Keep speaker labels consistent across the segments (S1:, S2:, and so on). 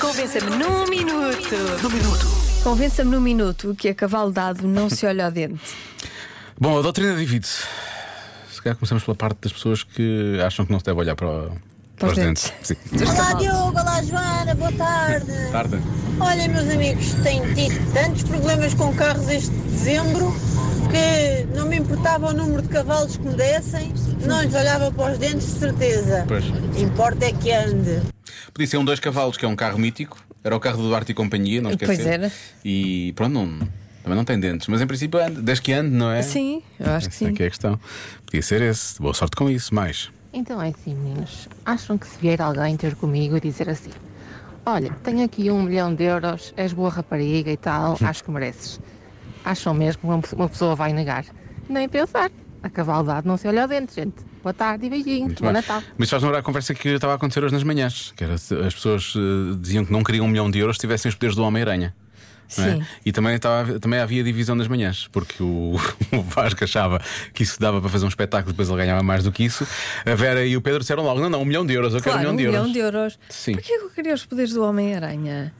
S1: Convença-me num minuto.
S2: No minuto.
S1: Convença-me num minuto que a cavalo dado não se olha ao dente.
S2: Bom, a doutrina divide-se. Se calhar começamos pela parte das pessoas que acham que não se deve olhar para, o- para os dentes.
S1: dentes.
S2: Sim.
S3: Olá
S1: Cavalos.
S3: Diogo, olá Joana, boa tarde.
S2: Tarde.
S3: Olha, meus amigos, tenho tido tantos problemas com carros este dezembro que não me importava o número de cavalos que me dessem, não lhes olhava para os dentes, de certeza.
S2: Pois.
S3: Importa é que ande.
S2: Podia ser um dois cavalos, que é um carro mítico. Era o carro do Duarte e Companhia, não esquecer.
S1: Pois era.
S2: E pronto, não, também não tem dentes. Mas em princípio, anda, desde que ande, não é?
S1: Sim, eu acho que
S2: Essa é
S1: sim.
S2: que é a questão. Podia ser esse. Boa sorte com isso. Mais.
S4: Então é assim, meninos. Acham que se vier alguém ter comigo e dizer assim: Olha, tenho aqui um milhão de euros, és boa rapariga e tal,
S2: Hum.
S4: acho que mereces. Acham mesmo que uma pe- uma pessoa vai negar? Nem pensar. A cavaldade não se olha ao dente, gente. Boa tarde e beijinhos.
S2: Muito
S1: É
S4: Bom
S2: bem.
S4: Natal.
S2: Mas faz lembrar a conversa que estava a acontecer hoje nas manhãs. Que era, se as pessoas eh, diziam que não queriam um milhão de euros se tivessem os poderes do Homem-Aranha. não é?
S1: Sim.
S2: E também, estava, também havia divisão nas manhãs, porque o, o Vasco achava que isso dava para fazer um espetáculo, depois ele ganhava mais do que isso. A Vera e o Pedro disseram logo: não, não, um milhão de euros, eu quero
S1: Claro,
S2: um milhão de euros.
S1: euros.
S2: Sim.
S1: Porquê que eu queria os poderes do Homem-Aranha?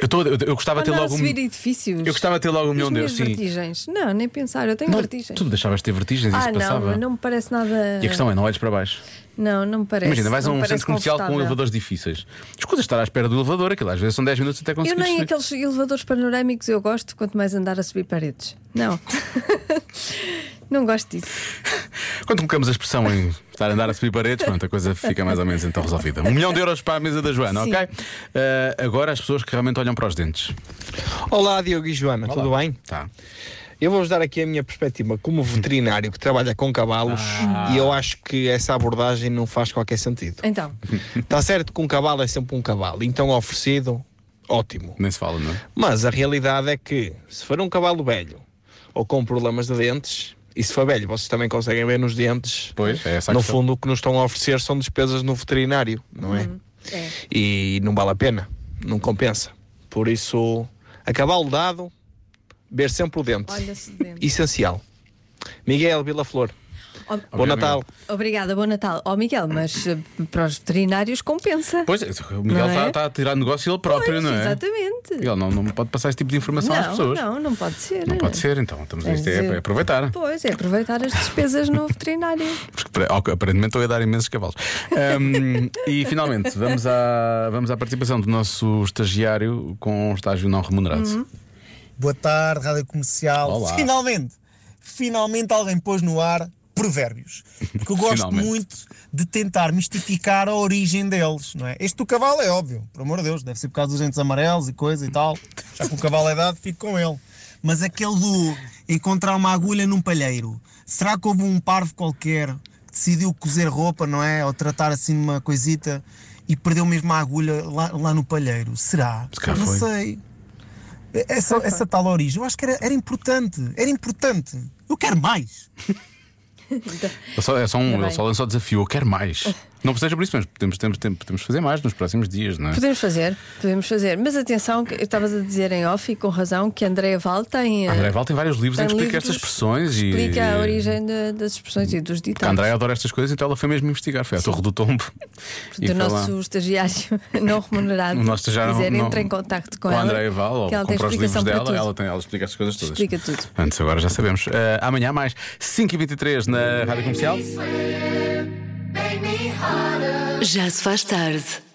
S2: Eu, tô- eu- eu gostava de ter
S1: Para
S2: logo um.
S1: subir edifícios.
S2: Eu gostava de ter logo um milhão
S1: As
S2: de euros,
S1: minhas
S2: sim.
S1: vertigens. Não, nem pensar, eu tenho
S2: Não,
S1: vertigens.
S2: tu deixavas de ter vertigens,
S1: ah,
S2: isso passava.
S1: não, não me parece nada.
S2: E a questão é: não olhes para baixo.
S1: Não, não me parece.
S2: Imagina, vais a
S1: não me
S2: um
S1: parece
S2: centro comercial com
S1: confortável.
S2: elevadores difíceis. Escusas de estar à espera do elevador, aquilo às vezes são 10 minutos até
S1: Eu
S2: conseguir
S1: nem
S2: subir.
S1: aqueles elevadores panorâmicos eu gosto, quanto mais andar a subir paredes. Não. não gosto disso.
S2: Quando colocamos a expressão em estar a andar a subir paredes, pronto, a coisa fica mais ou menos então resolvida. Um milhão de euros para a mesa da Joana,
S1: Sim.
S2: ok? Ah, agora as pessoas que realmente olham para os dentes.
S5: Olá, Diogo e Joana, tudo bem?
S2: Tá.
S5: Eu vou-vos dar aqui a minha perspectiva como veterinário que trabalha com cavalos e eu acho que essa abordagem não faz qualquer sentido.
S1: Então,
S5: Está certo que um cavalo é sempre um cavalo, então oferecido, ótimo.
S2: Nem se fala, não é?
S5: Mas a realidade é que se for um cavalo velho ou com problemas de dentes, e se for velho, vocês também conseguem ver nos dentes.
S2: Pois, é essa a
S5: No
S2: questão.
S5: fundo, o que nos estão a oferecer são despesas no veterinário, não é?
S1: é.
S5: e não vale a pena, não compensa. Por isso, acabar o dado, ver sempre o dente.
S1: olha-se dentro.
S5: Essencial. Miguel Vilaflor,
S1: Ó-
S5: bom
S2: Miguel.
S5: Natal.
S1: Obrigada, bom Natal. Ó Miguel, mas eh, para os veterinários compensa.
S2: Pois, o Miguel
S1: Não é?
S2: está está a tirar negócio ele próprio,
S1: Pois,
S2: não é?
S1: Exatamente.
S2: Miguel não, não pode passar esse tipo de informação às
S1: Não,
S2: pessoas.
S1: não, não pode ser.
S2: Não pode ser, então. Estamos a isto é, é aproveitar.
S1: Pois, é aproveitar as despesas no veterinário.
S2: Porque pre- ok, aparentemente estou a dar imensos cavalos. Ahm, e finalmente, vamos à, vamos à participação do nosso estagiário com um estágio não remunerado.
S6: Boa tarde, Rádio Comercial.
S2: Olá.
S6: Finalmente, finalmente alguém pôs no ar provérbios. Porque eu gosto
S2: Finalmente.
S6: muito de tentar mistificar a origem deles, não é? Este do cavalo é óbvio, por amor de Deus, deve ser por causa dos dentes amarelos e coisa e tal. Já que o cavalo é dado, fico com ele. Mas aquele do encontrar uma agulha num palheiro, será que houve um parvo qualquer que decidiu cozer roupa, não é? Ou tratar assim de uma coisita e perdeu mesmo a agulha lá, lá no palheiro? Será?
S2: Se calhar
S6: Não
S2: foi.
S6: sei. Essa, essa tal origem, eu acho que era, era importante. Era importante. Eu quero mais.
S2: É só, é só um,
S1: Ainda
S2: ele
S1: bem.
S2: só lançou o desafio, eu quero mais. Não seja por isso, mas podemos, temos, tempo podemos fazer mais nos próximos dias, não é?
S1: Podemos fazer, podemos fazer. Mas atenção, que eu estavas a dizer em off e com razão que Andréa Val tem. eh,
S2: A Andréia Val tem vários livros
S1: tem
S2: em que explica
S1: livros
S2: estas expressões
S1: que
S2: e.
S1: Explica a origem da- das expressões e dos
S2: A
S1: ditados.
S2: Andréia adora estas coisas, então ela foi mesmo investigar. Foi à Torre do Tombo.
S1: do
S2: e foi lá.
S1: nosso estagiário não remunerado.
S2: O nosso estagiário
S1: quiser,
S2: não-
S1: entra em contacto com,
S2: Com a
S1: ela.
S2: Andréia Val, ou
S1: que ela tem
S2: compra os livros
S1: explicação para
S2: dela,
S1: tudo.
S2: ela, tem, ela explica as coisas todas.
S1: Explica tudo.
S2: Antes, agora já sabemos. Eh, amanhã mais, 5h23 na Rádio Comercial.
S7: Já se faz tarde